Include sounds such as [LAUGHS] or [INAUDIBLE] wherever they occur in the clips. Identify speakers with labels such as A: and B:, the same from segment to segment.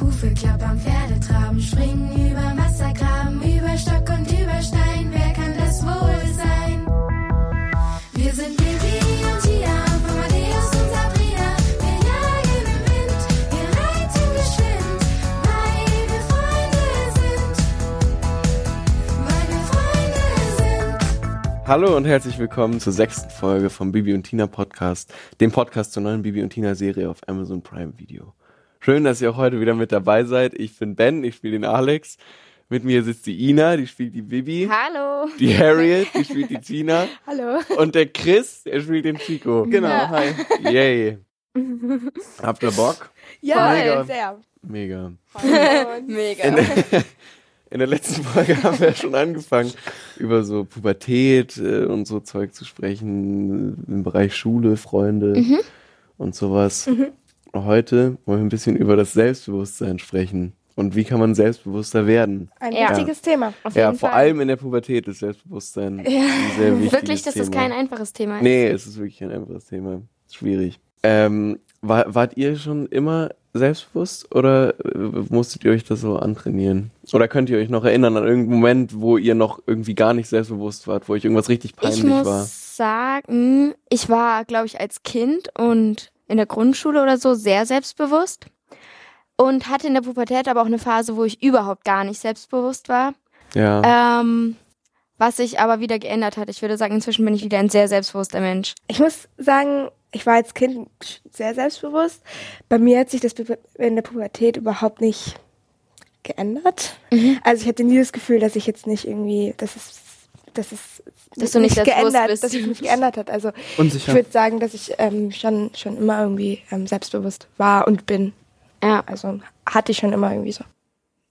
A: Hufe klappern, Pferde traben, springen über Wassergraben, über Stock und über Stein. Wer kann das wohl sein? Wir sind Bibi und Tia, von Amadeus und Sabrina. Wir jagen im Wind, wir reiten geschwind, weil wir Freunde sind. Weil wir Freunde sind.
B: Hallo und herzlich willkommen zur sechsten Folge vom Bibi und Tina Podcast, dem Podcast zur neuen Bibi und Tina Serie auf Amazon Prime Video. Schön, dass ihr auch heute wieder mit dabei seid. Ich bin Ben, ich spiele den Alex. Mit mir sitzt die Ina, die spielt die Bibi.
C: Hallo.
B: Die Harriet, die spielt die Tina.
C: [LAUGHS] Hallo.
B: Und der Chris, der spielt den Chico.
D: Genau,
C: Ja.
D: hi.
C: [LAUGHS]
B: Yay. Habt ihr Bock?
D: Ja,
C: Voll.
D: sehr.
B: Mega.
C: [LAUGHS] Mega.
B: In der letzten Folge haben wir ja schon angefangen, über so Pubertät äh, und so Zeug zu sprechen, äh, im Bereich Schule, Freunde
C: Mhm.
B: und sowas. Heute wollen wir ein bisschen über das Selbstbewusstsein sprechen und wie kann man selbstbewusster werden.
D: Ein
C: Ja.
D: wichtiges Thema.
C: Auf
B: Ja,
C: jeden
B: vor
C: Fall.
B: allem in der Pubertät ist Selbstbewusstsein ein sehr wichtiges
C: [LAUGHS] Wirklich, dass
B: Thema.
C: das kein einfaches Thema ist.
B: Nee, es ist wirklich ein einfaches Thema. Ist Schwierig. Ähm, war, wart ihr schon immer selbstbewusst oder äh, musstet ihr euch das so antrainieren? Oder könnt ihr euch noch erinnern an irgendeinen Moment, wo ihr noch irgendwie gar nicht selbstbewusst wart, wo euch irgendwas richtig peinlich
C: Ich muss
B: war?
C: sagen, ich war, glaube ich, als Kind und in der Grundschule oder so sehr selbstbewusst und hatte in der Pubertät aber auch eine Phase, wo ich überhaupt gar nicht selbstbewusst war.
B: Ja.
C: Ähm, was sich aber wieder geändert hat. Ich würde sagen, inzwischen bin ich wieder ein sehr selbstbewusster Mensch.
D: Ich muss sagen, ich war als Kind sehr selbstbewusst. Bei mir hat sich das in der Pubertät überhaupt nicht geändert.
C: Mhm.
D: Also ich hatte nie das Gefühl, dass ich jetzt nicht irgendwie, dass es, dass es
C: Dass du nicht
D: mich
C: selbstbewusst
D: geändert,
C: bist.
D: dass es mich geändert hat. Also
E: Unsicher.
D: ich würde sagen, dass ich ähm, schon, schon immer irgendwie ähm, selbstbewusst war und bin.
C: Ja.
D: Also hatte ich schon immer irgendwie so.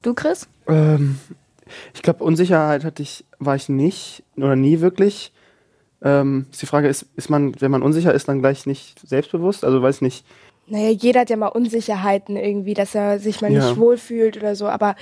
C: Du, Chris?
E: Ähm, ich glaube, Unsicherheit hatte ich, war ich nicht oder nie wirklich. Ähm, ist die Frage ist, ist man, wenn man unsicher ist, dann gleich nicht selbstbewusst? Also weiß nicht.
D: Naja, jeder hat ja mal Unsicherheiten irgendwie, dass er sich mal
E: Ja.
D: nicht wohlfühlt oder so. Aber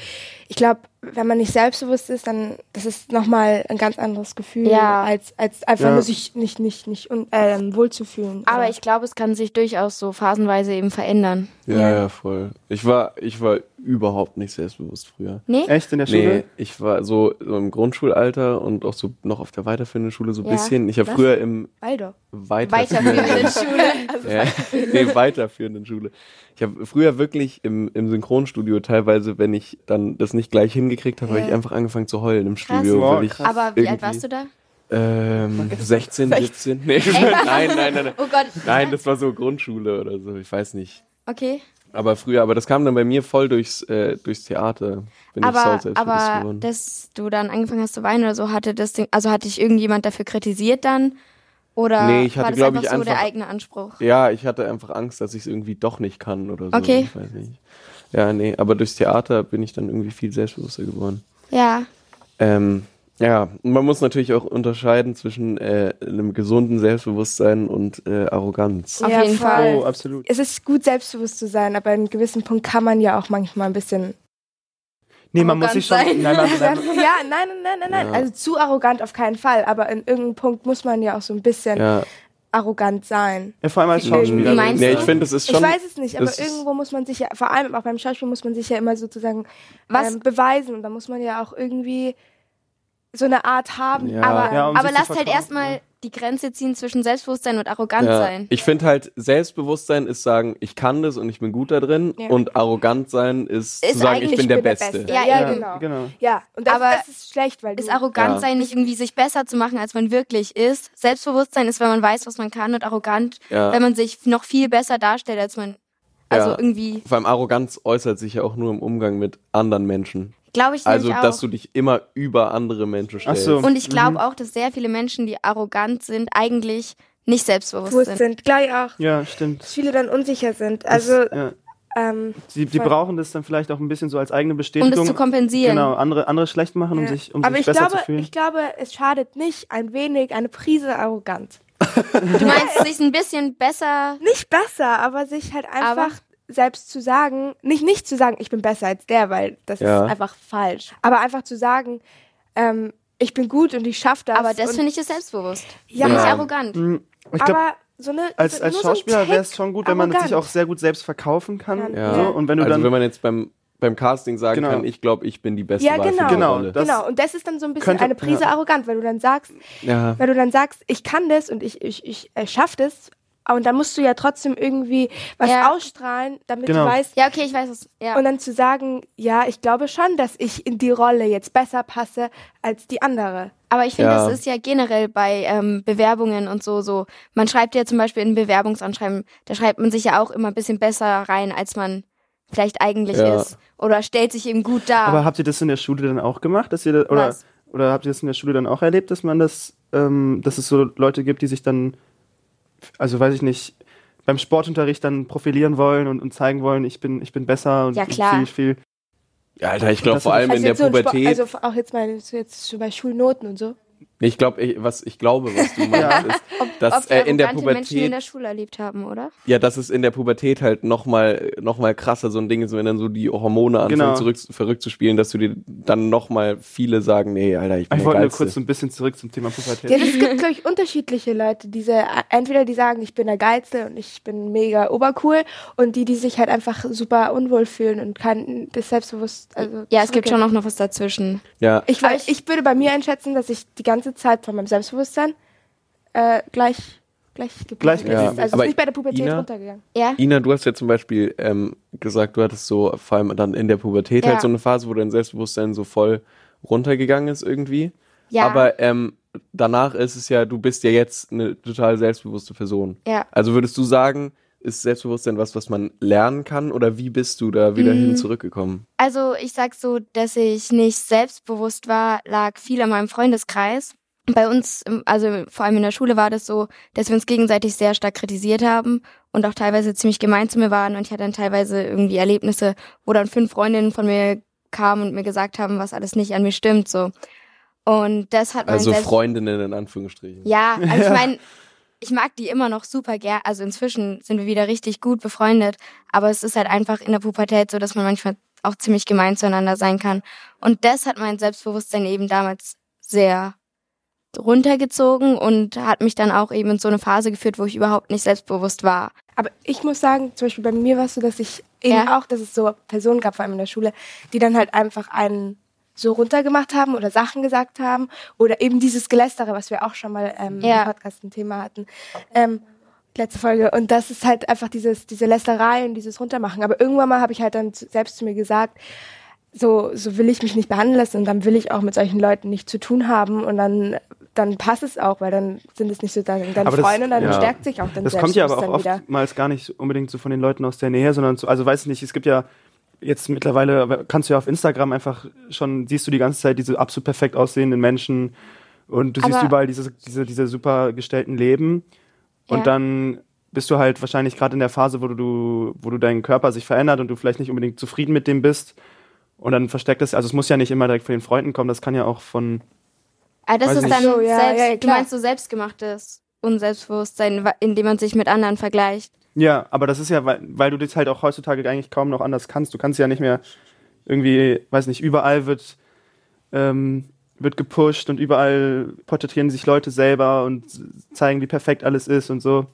D: ich glaube, wenn man nicht selbstbewusst ist, dann das ist nochmal ein ganz anderes Gefühl,
C: Ja.
D: als, als einfach
E: Ja.
D: nur sich nicht, nicht, nicht un, ähm, wohlzufühlen.
C: Aber ich glaube, es kann sich durchaus so phasenweise eben verändern.
B: ja, ja, voll. Ich war, ich war überhaupt nicht selbstbewusst früher.
C: Nee?
E: Echt in der
B: Nee,
E: Schule?
B: ich war so, so im Grundschulalter und auch so noch auf der weiterführenden Schule so ein
C: Ja.
B: bisschen. Ich habe
D: Was?
B: früher im
D: Baldo. [LAUGHS]
C: Weiterführende Schule.
B: Ja, [LAUGHS] nee, weiterführenden Schule. Ich habe früher wirklich im, im Synchronstudio teilweise, wenn ich dann das nicht gleich hingekriegt habe, habe ich einfach angefangen zu heulen im
C: Krass.
B: Studio.
E: Boah,
B: weil ich,
E: krass.
C: Aber wie
B: Irgendwie.
C: alt warst du da?
B: Ähm, 16, 17? Nee, [LAUGHS] nein, nein, nein, nein.
C: Oh Gott.
B: Nein, das war so Grundschule oder so, ich weiß nicht.
C: Okay.
B: Aber früher, aber das kam dann bei mir voll durchs, äh, durchs Theater. Bin ich sau
C: aber
B: selbstbewusst
C: aber
B: geworden.
C: dass du dann angefangen hast zu weinen oder so, hatte das Ding, also hatte ich irgendjemand dafür kritisiert dann? Oder
B: Nee, ich hatte,
C: war das
B: glaub
C: einfach
B: ich,
C: so der
B: einfach-
C: eigene Anspruch?
B: Ja, ich hatte einfach Angst, dass ich es irgendwie doch nicht kann oder so.
C: Okay.
B: Ich weiß nicht. Ja, nee, aber durchs Theater bin ich dann irgendwie viel selbstbewusster geworden.
C: Ja.
B: Ähm, ja, und man muss natürlich auch unterscheiden zwischen äh, einem gesunden Selbstbewusstsein und äh, Arroganz.
C: Auf jeden
D: voll.
C: Fall.
E: Oh, absolut.
D: Es ist gut, selbstbewusst zu sein, aber in gewissen Punkt kann man ja auch manchmal ein bisschen.
E: Nee, man muss sich schon.
C: Arrogant sein.
E: Nein, man,
D: Ja, nein,
E: nein,
D: nein, nein, nein, nein.
B: Ja.
D: Also zu arrogant auf keinen Fall, aber in irgendeinem Punkt muss man ja auch so ein bisschen
B: Ja,
D: arrogant sein.
E: ja, vor allem als
D: Wie
E: Schauspieler.
C: meinst
B: nee,
C: du?
B: ich finde, es ist schon.
D: ich weiß es nicht, aber
B: es ist-
D: irgendwo muss man sich ja, vor allem auch beim Schauspiel muss man sich ja immer sozusagen
C: Was-
D: Ähm, beweisen und da muss man ja auch irgendwie so eine Art haben.
B: Ja.
C: aber
E: Ja, um
C: aber
E: sich zu
C: lasst halt
E: verkaufen,
C: erstmal die Grenze ziehen zwischen Selbstbewusstsein und Arroganz
B: ja,
C: sein.
B: Ich finde halt, Selbstbewusstsein ist sagen, ich kann das und ich bin gut da drin.
D: Ja.
B: Und arrogant sein ist,
C: Ist
B: zu sagen, ich
C: eigentlich,
B: bin der Beste.
C: Ja,
D: Ja,
C: eben.
D: genau.
E: Genau.
D: Ja, und das,
C: Aber
D: das ist schlecht, weil du,
C: Ist arrogant
B: Ja.
C: sein nicht irgendwie sich besser zu machen, als man wirklich ist. Selbstbewusstsein ist, wenn man weiß, was man kann und arrogant,
B: Ja.
C: wenn man sich noch viel besser darstellt, als man also
B: Ja.
C: irgendwie,
B: Vor allem Arroganz äußert sich ja auch nur im Umgang mit anderen Menschen.
C: glaube ich
B: Also,
C: nämlich auch.
B: dass du Mhm. dich immer über andere Menschen
E: Ach
B: stellst.
E: so.
C: Und ich glaube auch, dass sehr viele Menschen, die arrogant sind, eigentlich nicht selbstbewusst
D: bewusst
C: sind.
D: sind. Gleich auch,
E: Ja, stimmt.
D: dass viele dann unsicher sind. Also,
E: Das- ja.
D: ähm,
E: die, die
D: voll.
E: brauchen das dann vielleicht auch ein bisschen so als eigene
C: Um
E: Bestätigung.
C: das zu kompensieren.
E: Genau, andere, andere schlecht machen, um
D: ja.
E: sich, um
D: aber
E: sich
D: ich
E: besser
D: glaube,
E: zu fühlen.
D: ich glaube, es schadet nicht ein wenig eine Prise Arroganz.
C: Du meinst, sich ein bisschen besser.
D: Nicht besser, aber sich halt
C: Aber-
D: einfach selbst zu sagen, nicht nicht zu sagen, ich bin besser als der, weil das
B: Ja.
D: ist einfach falsch. Aber einfach zu sagen, ähm, ich bin gut und ich schaffe das.
C: Aber das
D: und-
C: finde ich ist selbstbewusst.
D: Ja.
C: Nicht
B: Ja.
C: arrogant.
E: Hm, ich glaub,
D: aber so eine
E: als,
D: so,
E: als
D: nur
E: Schauspieler
D: so ein
E: wäre es
D: Tick
E: schon gut, wenn man sich
D: arrogant.
E: auch sehr gut selbst verkaufen kann.
D: Ja.
E: So, und wenn du
B: also
E: dann
B: wenn man jetzt beim beim Casting sagen
E: Genau.
B: kann, ich glaube, ich bin die beste
D: Ja,
B: Wahl
D: genau.
B: für die
E: Genau,
B: Rolle.
E: das-
D: genau, und das ist dann so ein bisschen
E: könnte-
D: eine Prise
E: ja.
D: arrogant, weil du dann sagst,
E: Genau.
B: ja.
D: weil du dann sagst, ich kann das und ich, ich, ich äh, schaff das. Und dann musst du ja trotzdem irgendwie was
C: Ja.
D: ausstrahlen, damit
E: Genau.
D: du weißt.
C: Ja, okay, ich weiß es. Ja.
D: Und dann zu sagen, ja, ich glaube schon, dass ich in die Rolle jetzt besser passe als die andere.
C: Aber ich finde,
B: Ja.
C: das ist ja generell bei ähm, Bewerbungen und so so. Man schreibt ja zum Beispiel in Bewerbungsanschreiben, da schreibt man sich ja auch immer ein bisschen besser rein, als man vielleicht eigentlich
B: Ja.
C: ist. Oder stellt sich eben gut dar.
E: Aber habt ihr das in der Schule dann auch gemacht? Dass ihr da, oder,
C: Ah. Was?
E: oder habt ihr das in der Schule dann auch erlebt, dass man das, ähm, dass es so Leute gibt, die sich dann, also weiß ich nicht, beim Sportunterricht dann profilieren wollen und, und zeigen wollen, ich bin, ich bin besser und
C: Ja, klar.
E: viel, viel.
B: Ja, Alter, ich glaube
E: Das
B: vor
E: ist-
B: allem in der
D: jetzt so ein Sport-
B: Pubertät.
D: also auch jetzt mal so jetzt schon bei Schulnoten und so.
B: Nee, ich glaube, ich, was ich glaube, was du meinst, ist, dass
C: Oft
B: äh, in der
C: arrogante Menschen die in
B: Pubertät,
C: der Schule erlebt haben, oder?
B: ja, dass es in der Pubertät halt nochmal noch mal krasser so ein Ding ist, wenn dann so die Hormone anfangen
E: Genau.
B: zurück, verrückt zu spielen, dass du dir dann nochmal viele sagen, nee, Alter, ich bin
E: Ich
B: der
E: wollte nur
B: Geilste.
E: kurz so ein bisschen zurück zum Thema Pubertät.
D: Ja, das gibt, glaube ich, unterschiedliche Leute. Diese, entweder die sagen, ich bin der Geilste und ich bin mega obercool und die, die sich halt einfach super unwohl fühlen und kann das selbstbewusst. Also
C: Ja, es gibt
D: zurückgeben.
C: schon auch noch was dazwischen.
B: ja.
D: Ich, weiß, ich, würde bei mir einschätzen, dass ich die ganze Zeit von meinem Selbstbewusstsein äh, gleich, gleich geblieben
E: Gleich
D: bin.
E: geblieben
D: Also
B: bist.
D: es ist
B: Aber
D: nicht bei der Pubertät
B: Ina-
D: runtergegangen.
C: Ja.
B: Ina, du hast ja zum Beispiel ähm, gesagt, du hattest so vor allem dann in der Pubertät
C: Ja.
B: halt so eine Phase, wo dein Selbstbewusstsein so voll runtergegangen ist irgendwie.
C: Ja.
B: Aber ähm, danach ist es ja, du bist ja jetzt eine total selbstbewusste Person.
C: Ja.
B: Also würdest du sagen, ist Selbstbewusstsein was, was man lernen kann oder wie bist du da wieder
C: Mhm.
B: hin zurückgekommen?
C: Also ich sag so, dass ich nicht selbstbewusst war, lag viel an meinem Freundeskreis. Bei uns, im- also vor allem in der Schule war das so, dass wir uns gegenseitig sehr stark kritisiert haben und auch teilweise ziemlich gemein zu mir waren. Und ich hatte dann teilweise irgendwie Erlebnisse, wo dann fünf Freundinnen von mir kamen und mir gesagt haben, was alles nicht an mir stimmt. so. Und das hat mein
B: Also
C: Selbst-
B: Freundinnen in Anführungsstrichen.
E: [LAUGHS]
C: ja, also ich meine, ich mag die immer noch super gern. Also inzwischen sind wir wieder richtig gut befreundet. Aber es ist halt einfach in der Pubertät so, dass man manchmal auch ziemlich gemein zueinander sein kann. Und das hat mein Selbstbewusstsein eben damals sehr runtergezogen und hat mich dann auch eben in so eine Phase geführt, wo ich überhaupt nicht selbstbewusst war.
D: Aber ich muss sagen, zum Beispiel bei mir war es so, dass ich eben
C: Ja.
D: auch, dass es so Personen gab, vor allem in der Schule, die dann halt einfach einen so runtergemacht haben oder Sachen gesagt haben oder eben dieses Gelästere, was wir auch schon mal ähm,
C: Ja.
D: im Podcast ein Thema hatten. Ähm, letzte Folge. Und das ist halt einfach dieses, diese Lästerei und dieses Runtermachen. Aber irgendwann mal habe ich halt dann zu- selbst zu mir gesagt, so, so will ich mich nicht behandeln lassen und dann will ich auch mit solchen Leuten nicht zu tun haben und dann, dann passt es auch, weil dann sind es nicht so deine, deine
E: Aber das-
D: Freunde und dann
E: ja.
D: stärkt sich auch dein
E: Das kommt ja aber auch
D: Selbstbewusstsein wieder.
E: oftmals gar nicht unbedingt so von den Leuten aus der Nähe, sondern so, also weiß ich nicht, es gibt ja jetzt mittlerweile, kannst du ja auf Instagram einfach schon, siehst du die ganze Zeit diese absolut perfekt aussehenden Menschen und du siehst
C: Aber-
E: überall diese, diese, diese super gestellten Leben und
C: Ja.
E: dann bist du halt wahrscheinlich gerade in der Phase, wo du, wo du deinen Körper sich verändert und du vielleicht nicht unbedingt zufrieden mit dem bist und dann versteckt es, also es muss ja nicht immer direkt von den Freunden kommen, das kann ja auch von,
C: Aber Ah, das
E: Weiß
C: ist
E: nicht.
C: dann
D: So, Oh, ja,
C: selbst,
D: ja, ja,
C: du
D: klar.
C: meinst so selbstgemachtes Unselbstbewusstsein, wa- indem man sich mit anderen vergleicht.
E: Ja, aber das ist ja, weil, weil du das halt auch heutzutage eigentlich kaum noch anders kannst. Du kannst ja nicht mehr irgendwie, weiß nicht, überall wird, ähm, wird gepusht und überall porträtieren sich Leute selber und zeigen, wie perfekt alles ist und so.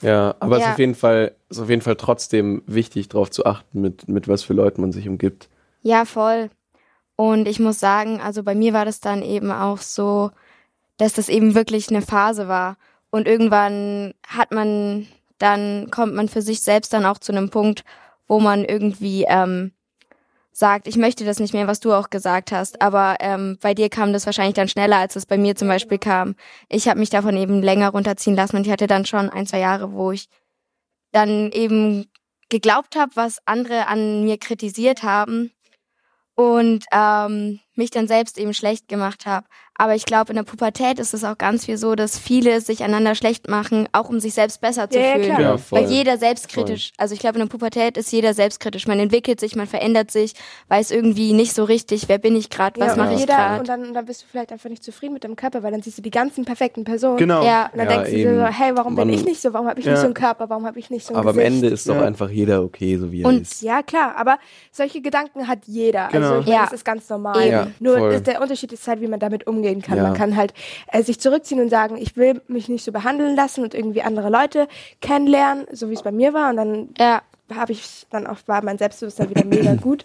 B: Ja, aber es
C: Ja.
B: ist auf jeden Fall, ist auf jeden Fall trotzdem wichtig, darauf zu achten, mit, mit was für Leuten man sich umgibt.
C: Ja, voll. Und ich muss sagen, also bei mir war das dann eben auch so, dass das eben wirklich eine Phase war. Und irgendwann hat man, dann kommt man für sich selbst dann auch zu einem Punkt, wo man irgendwie ähm, sagt, ich möchte das nicht mehr, was du auch gesagt hast. Aber ähm, bei dir kam das wahrscheinlich dann schneller, als es bei mir zum Beispiel kam. Ich habe mich davon eben länger runterziehen lassen und ich hatte dann schon ein, zwei Jahre, wo ich dann eben geglaubt habe, was andere an mir kritisiert haben und ähm, mich dann selbst eben schlecht gemacht habe. Aber ich glaube, in der Pubertät ist es auch ganz viel so, dass viele sich einander schlecht machen, auch um sich selbst besser zu
D: Ja, ja,
C: fühlen.
D: klar.
B: Ja, voll.
C: Weil jeder selbstkritisch, also ich glaube, in der Pubertät ist jeder selbstkritisch. Man entwickelt sich, man verändert sich, weiß irgendwie nicht so richtig, wer bin ich gerade,
D: Ja,
C: was mache
D: und
C: ich
D: jeder-
C: gerade.
D: Und dann, und dann bist du vielleicht einfach nicht zufrieden mit deinem Körper, weil dann siehst du die ganzen perfekten Personen.
E: Genau.
C: Ja,
D: Und dann
B: Ja,
D: denkst du dir so,
B: eben.
D: hey, warum
B: Man-
D: bin ich nicht so? Warum habe ich
E: Ja.
D: nicht so einen Körper? Warum habe ich nicht so ein
B: Aber am
D: Gesicht?
B: Ende ist doch
E: Ja.
B: einfach jeder okay, so wie er
C: Und-
B: ist.
D: Ja, klar, aber solche Gedanken hat jeder.
E: Genau.
D: Also ich meine,
C: Ja.
D: das ist ganz normal.
C: Eben.
B: Ja,
D: Nur
B: voll.
D: ist der Unterschied ist halt, wie man damit umgehen kann.
B: Ja.
D: Man kann halt äh, sich zurückziehen und sagen, ich will mich nicht so behandeln lassen und irgendwie andere Leute kennenlernen, so wie es bei mir war. Und dann
C: ja,
D: habe ich dann auch, war mein Selbstbewusstsein wieder mega gut.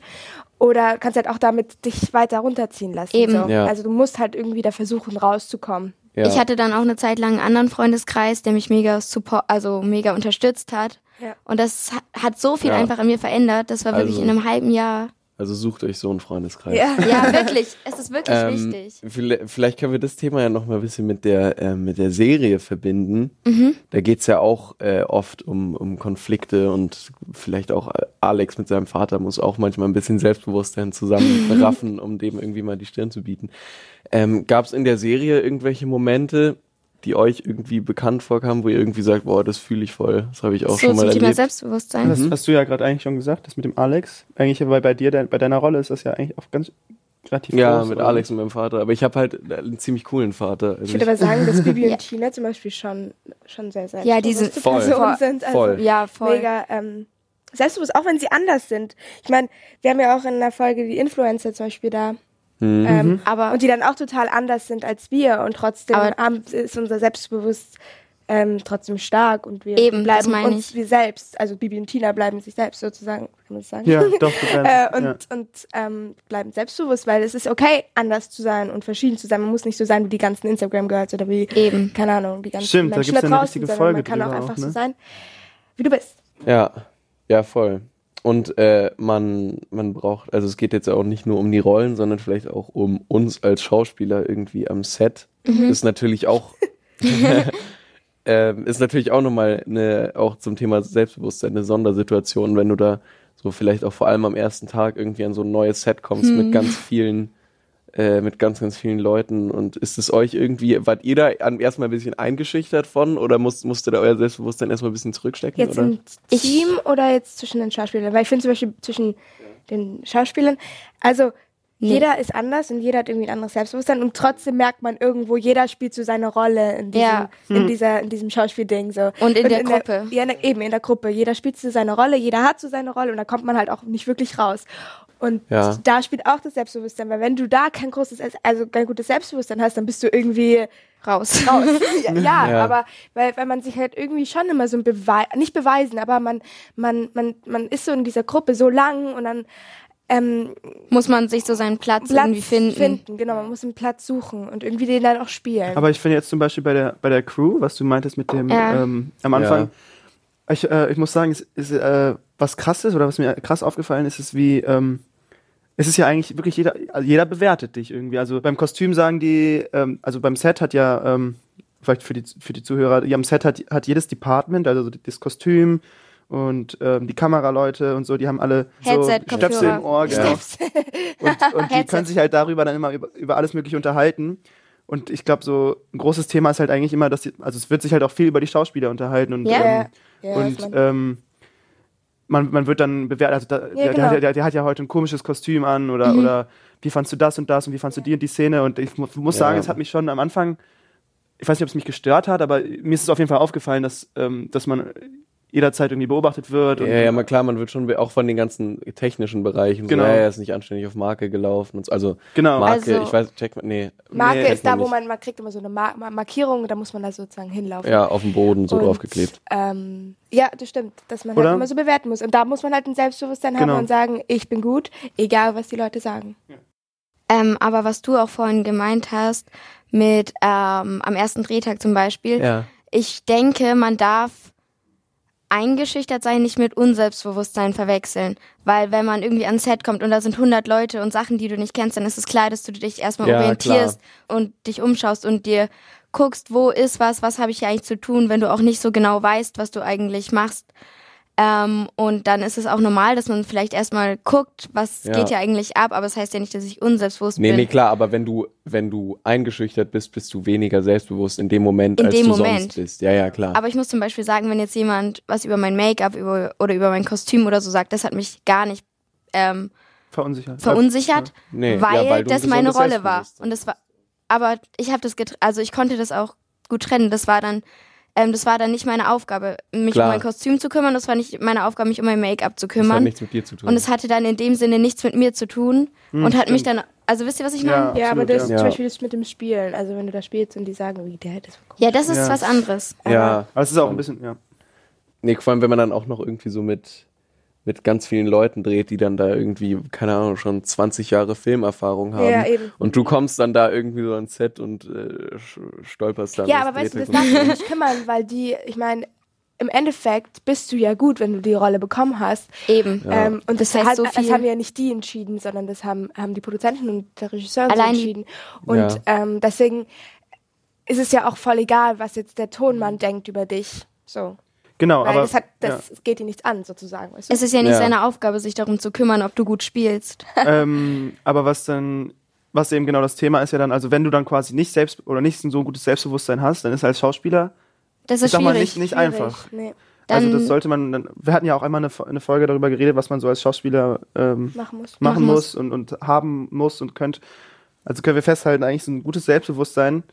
D: Oder kannst halt auch damit dich weiter runterziehen lassen.
C: Eben.
D: So.
B: Ja.
D: Also du musst halt irgendwie da versuchen, rauszukommen.
B: Ja.
C: Ich hatte dann auch eine Zeit lang einen anderen Freundeskreis, der mich mega support, also mega unterstützt hat.
D: Ja.
C: Und das ha- hat so viel
B: Ja.
C: einfach an mir verändert. Das war wirklich
B: Also-
C: in einem halben Jahr.
B: also sucht euch so einen Freundeskreis.
C: Ja,
B: [LAUGHS]
C: wirklich. Es ist wirklich
B: Ähm,
C: wichtig.
B: vielle- Vielleicht können wir das Thema ja noch mal ein bisschen mit der, äh, mit der Serie verbinden.
C: Mhm.
B: Da geht's ja auch äh, oft um, um Konflikte und vielleicht auch äh, Alex mit seinem Vater muss auch manchmal ein bisschen Selbstbewusstsein
C: [LAUGHS]
B: zusammenraffen, um dem irgendwie mal die Stirn zu bieten. Ähm, Gab es in der Serie irgendwelche Momente, die euch irgendwie bekannt vorkamen, wo ihr irgendwie sagt, boah, das fühle ich voll, das habe ich auch
C: So
B: schon
C: zum
B: mal
C: Thema
B: erlebt?
C: Selbstbewusstsein.
B: Mhm.
E: Das hast du ja gerade eigentlich schon gesagt, das mit dem Alex. Eigentlich, weil bei dir, dein- bei deiner Rolle ist das ja eigentlich auch ganz relativ
B: Ja,
E: groß,
B: mit
E: oder?
B: Alex und meinem Vater. Aber ich habe halt einen ziemlich coolen Vater. Also
D: Ich würde aber sagen, dass
C: [LAUGHS]
D: Bibi und Tina zum Beispiel schon, schon sehr selbstbewusste
C: Ja, die sind-
B: Voll.
D: Personen sind. Also
B: Voll.
C: ja, voll.
D: mega ähm, selbstbewusst, auch wenn sie anders sind. Ich meine, wir haben ja auch in der Folge die Influencer zum Beispiel da.
B: Mhm.
D: Ähm,
C: Aber
D: Und die dann auch total anders sind als wir und trotzdem
C: Aber-
D: haben, ist unser Selbstbewusst ähm, trotzdem stark und wir
C: Eben, das
D: bleiben
C: meine
D: uns
C: ich.
D: wir selbst. Also Bibi und Tina bleiben sich selbst sozusagen, kann man das sagen.
E: Ja, doch. du
D: [LAUGHS]
E: kannst,
D: Äh, und
E: ja.
D: und ähm, bleiben selbstbewusst, weil es ist okay, anders zu sein und verschieden zu sein. Man muss nicht so sein wie die ganzen Instagram-Girls oder wie,
C: Eben.
D: keine Ahnung, die ganzen
E: Stimmt, da
D: Menschen
E: gibt's ja eine
D: draußen,
E: richtige
D: sondern
E: Folge
D: Man kann auch
E: drüber
D: einfach
E: auch, ne?
D: so sein, wie du bist.
B: Ja, ja, voll. Und äh, man, man braucht, also es geht jetzt auch nicht nur um die Rollen, sondern vielleicht auch um uns als Schauspieler irgendwie am Set. Ist natürlich auch, [LAUGHS] ähm, ist natürlich auch nochmal eine, auch zum Thema Selbstbewusstsein eine Sondersituation, wenn du da so vielleicht auch vor allem am ersten Tag irgendwie an so ein neues Set kommst mit ganz vielen, äh, mit ganz, ganz vielen Leuten. Und ist es euch irgendwie, wart ihr da an- erstmal ein bisschen eingeschüchtert von oder musst, musste da euer Selbstbewusstsein erstmal ein bisschen zurückstecken?
D: Jetzt
B: oder?
D: im Team oder jetzt zwischen den Schauspielern? Weil ich finde zum Beispiel zwischen den Schauspielern, also
C: Nee.
D: jeder ist anders und jeder hat irgendwie ein anderes Selbstbewusstsein und trotzdem merkt man irgendwo, jeder spielt so seine Rolle in diesem,
C: Ja. Hm.
D: in dieser, in diesem Schauspielding so.
C: Und in der Gruppe.
D: ja, in der, eben in der Gruppe. Jeder spielt so seine Rolle, jeder hat so seine Rolle und da kommt man halt auch nicht wirklich raus. Und
B: Ja.
D: da spielt auch das Selbstbewusstsein, weil wenn du da kein großes, also kein gutes Selbstbewusstsein hast, dann bist du irgendwie
C: raus.
D: raus.
C: [LAUGHS]
D: ja, ja,
B: Ja.
D: aber weil, weil man sich halt irgendwie schon immer so ein Beweis, nicht beweisen, aber man, man, man, man ist so in dieser Gruppe so lang und dann ähm,
C: Muss man sich so seinen Platz,
D: Platz
C: irgendwie finden.
D: Genau, man muss einen Platz suchen und irgendwie den dann auch spielen.
E: Aber ich finde jetzt zum Beispiel bei der, bei der Crew, was du meintest mit dem
C: Ja.
E: ähm, am Anfang,
B: Ja.
E: ich, äh, ich muss sagen, es ist, äh, was krass ist oder was mir krass aufgefallen ist, ist wie, ähm, es ist ja eigentlich wirklich jeder, also jeder bewertet dich irgendwie. Also beim Kostüm sagen die, ähm, also beim Set hat ja, ähm, vielleicht für die, für die Zuhörer, ja, am Set hat, hat jedes Department, also das Kostüm und ähm, die Kameraleute und so, die haben alle so
C: Headset,
E: Stöpsel im
C: Kopfhörer.
E: Ohr, genau. Und, und die
C: Headset.
E: können sich halt darüber dann immer über, über alles Mögliche unterhalten. Und ich glaube, so ein großes Thema ist halt eigentlich immer, dass die, also es wird sich halt auch viel über die Schauspieler unterhalten und,
C: Ja.
E: ähm,
D: Ja,
E: und
D: das mein-
E: ähm, man, man wird dann bewertet, also da, der,
D: genau.
E: der, der, der hat ja heute ein komisches Kostüm an oder, oder wie fandst du das und das und wie fandst du die und die Szene und ich mu muss
B: Ja.
E: sagen, es hat mich schon am Anfang, ich weiß nicht, ob es mich gestört hat, aber mir ist es auf jeden Fall aufgefallen, dass, ähm, dass man jederzeit irgendwie beobachtet wird und
B: Ja, ja, mal klar, man wird schon be- auch von den ganzen technischen Bereichen
E: Genau.
B: so, ja, er ist nicht anständig auf Marke gelaufen und so. Also
E: Genau.
B: Marke,
C: Also-
B: ich weiß, check mal, nee.
D: Marke
E: Nee,
D: ist da,
B: kennt man
D: wo man, man kriegt immer so eine Mar Mar- Markierung, da muss man da sozusagen hinlaufen.
B: Ja, auf dem Boden so
D: Und,
B: draufgeklebt.
D: Ähm, ja, das stimmt, dass man
E: Oder?
D: halt immer so bewerten muss. Und da muss man halt ein Selbstbewusstsein
E: Genau.
D: haben und sagen, ich bin gut, egal was die Leute sagen.
C: Ähm, aber was du auch vorhin gemeint hast, mit ähm, am ersten Drehtag zum Beispiel,
B: Ja.
C: ich denke, man darf eingeschüchtert sein, nicht mit Unselbstbewusstsein verwechseln. Weil wenn man irgendwie ans Set kommt und da sind 100 Leute und Sachen, die du nicht kennst, dann ist es klar, dass du dich erstmal
B: Ja,
C: orientierst und dich umschaust und dir guckst, wo ist was, was habe ich hier eigentlich zu tun, wenn du auch nicht so genau weißt, was du eigentlich machst. Ähm, und dann ist es auch normal, dass man vielleicht erstmal guckt, was
B: Ja.
C: geht hier eigentlich ab, aber es das heißt ja nicht, dass ich unselbstbewusst
B: Nee,
C: bin.
B: nee, klar, aber wenn du, wenn du eingeschüchtert bist, bist du weniger selbstbewusst in dem Moment,
C: In
B: als
C: dem
B: du
C: Moment.
B: sonst bist. Ja, ja, klar.
C: Aber ich muss zum Beispiel sagen, wenn jetzt jemand was über mein Make-up über, oder über mein Kostüm oder so sagt, das hat mich gar nicht ähm,
E: verunsichert.
C: verunsichert,
B: Nee, ja,
C: weil,
B: weil du ein
C: das meine
B: gesundes
C: Rolle war.
B: Selbstbewusstsein
C: Und das war, aber ich habe das, getr- also ich konnte das auch gut trennen. Das war dann, ähm, das war dann nicht meine Aufgabe, mich
B: Klar.
C: um mein Kostüm zu kümmern. Das war nicht meine Aufgabe, mich um mein Make-up zu
B: das hat
C: kümmern.
B: nichts mit dir zu tun.
C: Und es hatte dann in dem Sinne nichts mit mir zu tun und hat mich dann, also wisst ihr, was ich meine?
E: Ja.
C: Ja.
D: Ja, aber
E: Absolut,
D: das
B: ja.
D: zum Beispiel das mit dem Spielen. Also wenn du da spielst und die sagen, wie der das war cool.
C: das ist
E: Ja.
C: was anderes.
B: ja,
E: Aber es ist auch ein bisschen, ja.
B: nee, vor allem, wenn man dann auch noch irgendwie so mit mit ganz vielen Leuten dreht, die dann da irgendwie, keine Ahnung, schon 20 Jahre Filmerfahrung haben.
D: Ja, eben.
B: Und du kommst dann da irgendwie so ans Set und äh, sch- stolperst dann.
D: Ja,
B: ins
D: aber
E: Also,
D: weißt du, das
B: Drehte-
D: darf dich nicht kümmern, weil die, ich meine, im Endeffekt bist du ja gut, wenn du die Rolle bekommen hast.
C: Eben.
D: Ähm, und das,
C: Das heißt
D: hat,
C: so
D: das
C: viel.
D: haben ja nicht die entschieden, sondern das haben, haben die Produzenten und der Regisseur so
C: Allein die-
D: entschieden. Und
B: Ja.
D: ähm, deswegen ist es ja auch voll egal, was jetzt der Tonmann denkt über dich. So.
E: Genau,
D: Weil
E: aber.
D: das, hat,
E: ja.
D: das geht ihm nichts an, sozusagen. Weißt du?
C: Es ist ja nicht
B: Ja.
C: seine Aufgabe, sich darum zu kümmern, ob du gut spielst.
E: ähm, aber was dann, was eben genau das Thema ist ja dann, also wenn du dann quasi nicht selbst oder nicht so ein gutes Selbstbewusstsein hast, dann ist als Schauspieler,
C: Das
E: ich
C: ist
E: sag mal,
C: schwierig.
E: nicht, nicht
D: Schwierig.
E: einfach.
D: Nee,
E: also
C: Dann-
E: das sollte man, dann, wir hatten ja auch einmal eine, Fo- eine Folge darüber geredet, was man so als Schauspieler ähm,
D: machen muss.
E: machen
C: Machen
E: muss und, und haben muss und könnte. Also können wir festhalten, eigentlich so ein gutes Selbstbewusstsein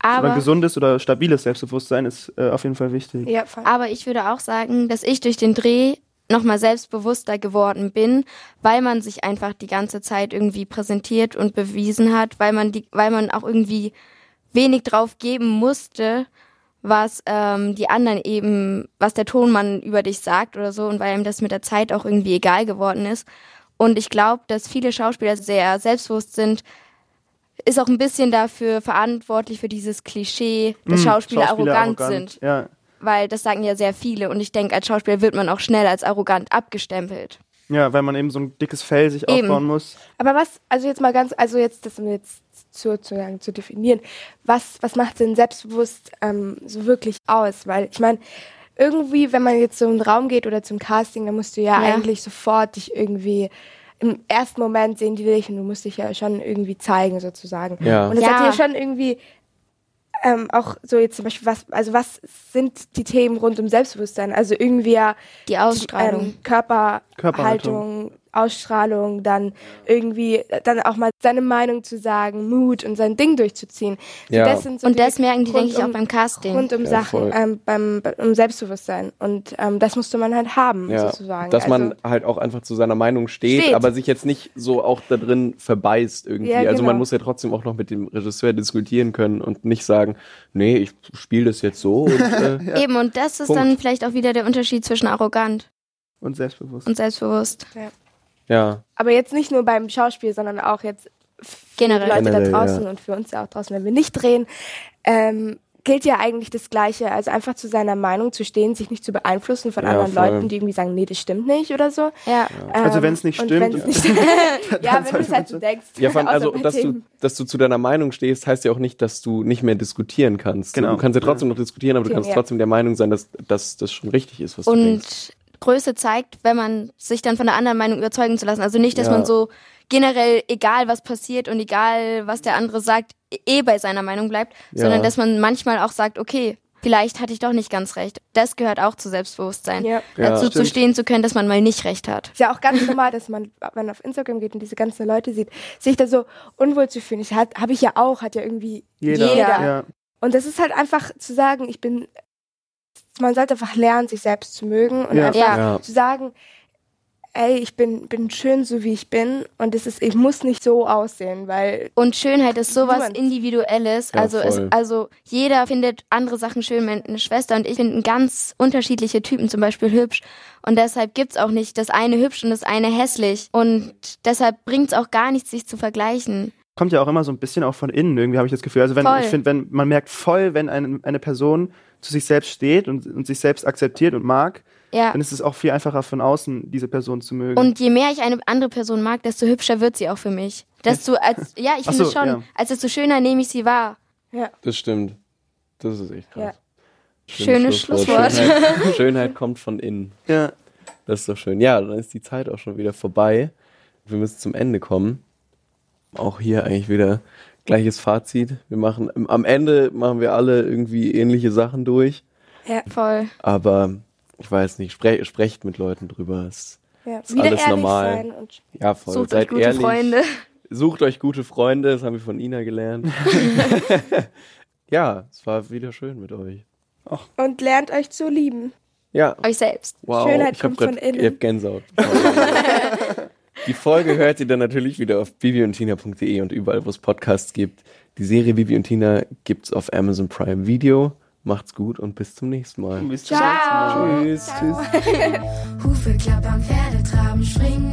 E: oder ein
C: aber,
E: gesundes oder stabiles Selbstbewusstsein ist äh, auf jeden Fall wichtig.
D: Ja, voll.
C: aber ich würde auch sagen, dass ich durch den Dreh nochmal selbstbewusster geworden bin, weil man sich einfach die ganze Zeit irgendwie präsentiert und bewiesen hat, weil man die, weil man auch irgendwie wenig drauf geben musste, was ähm, die anderen eben, was der Tonmann über dich sagt oder so und weil ihm das mit der Zeit auch irgendwie egal geworden ist. Und ich glaube, dass viele Schauspieler sehr selbstbewusst sind, ist auch ein bisschen dafür verantwortlich für dieses Klischee, dass
E: Hm,
C: Schauspieler, arrogant, sind.
E: Ja,
C: Weil das sagen ja sehr viele und ich denke, als Schauspieler wird man auch schnell als arrogant abgestempelt.
E: ja, weil man eben so ein dickes Fell sich
C: Eben.
E: aufbauen muss.
D: Aber was, also jetzt mal ganz, also jetzt, das um jetzt zu, zu, sagen, zu definieren, was, was macht denn selbstbewusst ähm, so wirklich aus? Weil ich meine, irgendwie, wenn man jetzt so in den Raum geht oder zum Casting, dann musst du ja,
C: Ja.
D: eigentlich sofort dich irgendwie im ersten Moment sehen die dich und du musst dich ja schon irgendwie zeigen sozusagen.
B: Ja.
D: Und es
C: Ja.
D: hat ja schon irgendwie ähm, auch so jetzt zum Beispiel was, also was sind die Themen rund um Selbstbewusstsein? Also irgendwie ja
C: Die Ausstrahlung.
D: ähm, Körper,
E: Körperhaltung.
D: Haltung, Ausstrahlung, dann irgendwie äh, dann auch mal seine Meinung zu sagen, Mut und sein Ding durchzuziehen. So,
B: Ja.
D: so
C: und
D: die
C: das merken die, denke ich, auch
D: rundum-
C: beim Casting.
D: Rund um
B: Ja, voll.
D: Sachen, ähm, beim, um Selbstbewusstsein. Und ähm, das musste man halt haben,
B: Ja,
D: sozusagen.
B: dass man
D: also,
B: halt auch einfach zu seiner Meinung steht,
D: Steht.
B: aber sich jetzt nicht so auch da drin verbeißt irgendwie.
D: Ja,
B: Also
D: genau.
B: man muss ja trotzdem auch noch mit dem Regisseur diskutieren können und nicht sagen, nee, ich spiele das jetzt so. Und, äh,
C: Eben, und das ist
B: Punkt.
C: dann vielleicht auch wieder der Unterschied zwischen arrogant
E: Und selbstbewusst.
C: und selbstbewusst.
B: ja,
D: aber jetzt nicht nur beim Schauspiel, sondern auch jetzt für die
C: Generell.
D: Leute
B: Generell,
D: da draußen
B: ja.
D: und für uns ja auch draußen, wenn wir nicht drehen. Ähm, gilt ja eigentlich das Gleiche. Also einfach zu seiner Meinung zu stehen, sich nicht zu beeinflussen von
B: Ja,
D: anderen
B: voll.
D: Leuten, die irgendwie sagen, nee, das stimmt nicht oder so.
C: Ja.
E: Also wenn's nicht
D: Ähm, und
E: stimmt,
D: wenn's
E: ja.
D: nicht [LAUGHS] ja, wenn du es
E: sollte
D: halt
E: man-
D: so denkst.
B: ja vor allem,
D: [LAUGHS] Außer
B: also
D: bei
B: dass du,
D: Themen.
B: dass du zu deiner Meinung stehst, heißt ja auch nicht, dass du nicht mehr diskutieren kannst.
E: Genau.
B: Du kannst ja trotzdem noch diskutieren, aber du
D: Ja.
B: kannst trotzdem der Meinung sein, dass, dass das schon richtig ist, was du denkst.
C: Und Größe zeigt, wenn man sich dann von der anderen Meinung überzeugen zu lassen. Also nicht, dass
B: Ja.
C: man so generell, egal was passiert und egal was der andere sagt, eh bei seiner Meinung bleibt,
B: Ja.
C: sondern dass man manchmal auch sagt, okay, vielleicht hatte ich doch nicht ganz recht. Das gehört auch zu Selbstbewusstsein.
D: Ja.
B: Ja,
C: Dazu zu
E: stimmt.
C: stehen zu können, dass man mal nicht recht hat.
D: Ist ja auch ganz normal, dass man, wenn man auf Instagram geht und diese ganzen Leute sieht, sich da so unwohl zu fühlen. Ich hat, habe ich ja auch, hat ja irgendwie
E: Jeder.
D: jeder.
E: Ja.
D: Und das ist halt einfach zu sagen, ich bin, man sollte einfach lernen, sich selbst zu mögen und
E: Ja.
D: einfach
C: Ja.
B: Ja.
D: zu sagen, ey, ich bin, bin schön so wie ich bin und es ist, ich muss nicht so aussehen, weil
C: Und Schönheit ist sowas
D: Niemand.
C: Individuelles.
B: Ja,
C: also, es,
B: voll.
C: also jeder findet andere Sachen schön. Meine Schwester und ich finden ganz unterschiedliche Typen zum Beispiel hübsch. Und deshalb gibt's auch nicht das eine hübsch und das eine hässlich. Und deshalb bringt's auch gar nichts, sich zu vergleichen.
E: Kommt ja auch immer so ein bisschen auch von innen, irgendwie habe ich das Gefühl. Also wenn
C: Voll.
E: ich finde, wenn man merkt voll, wenn eine, eine Person zu sich selbst steht und, und sich selbst akzeptiert und mag,
C: Ja.
E: dann ist es auch viel einfacher von außen diese Person zu mögen.
C: Und je mehr ich eine andere Person mag, desto hübscher wird sie auch für mich. Desto als ja, ich
E: Ach
C: finde
E: so,
C: schon,
E: ja.
C: als desto schöner nehme ich sie wahr.
B: Das stimmt. Das ist echt krass.
C: Schönes Schlusswort.
D: [LAUGHS]
B: Schönheit, Schönheit kommt von innen.
E: ja.
B: Das ist doch schön. Ja, dann ist die Zeit auch schon wieder vorbei. Wir müssen zum Ende kommen. Auch hier eigentlich wieder gleiches Fazit. Wir machen am Ende machen wir alle irgendwie ähnliche Sachen durch,
C: Voll.
B: aber ich weiß nicht, spre sprecht mit Leuten drüber. Es,
D: ja,
B: Ist alles normal.
D: sein und
B: ja, voll.
C: Sucht
B: Seid
C: euch gute
B: ehrlich.
C: Freunde.
B: Sucht euch gute Freunde, das haben wir von Ina gelernt. ja, es war wieder schön mit euch.
D: und lernt euch zu lieben.
B: Ja.
C: Euch selbst.
B: Wow,
D: Schönheit
B: ich hab
D: kommt von
B: grad-
D: innen.
B: Ich hab Gänsehaut. die Folge hört ihr dann natürlich wieder auf bibiundtina.de und überall, wo es Podcasts gibt. Die Serie Bibi und Tina gibt's auf Amazon Prime Video. Macht's gut und bis zum nächsten Mal.
E: Bis zum
C: Ciao.
E: nächsten Mal.
B: Tschüss. Tschüss.
A: Hufe klappern, Pferde traben, springen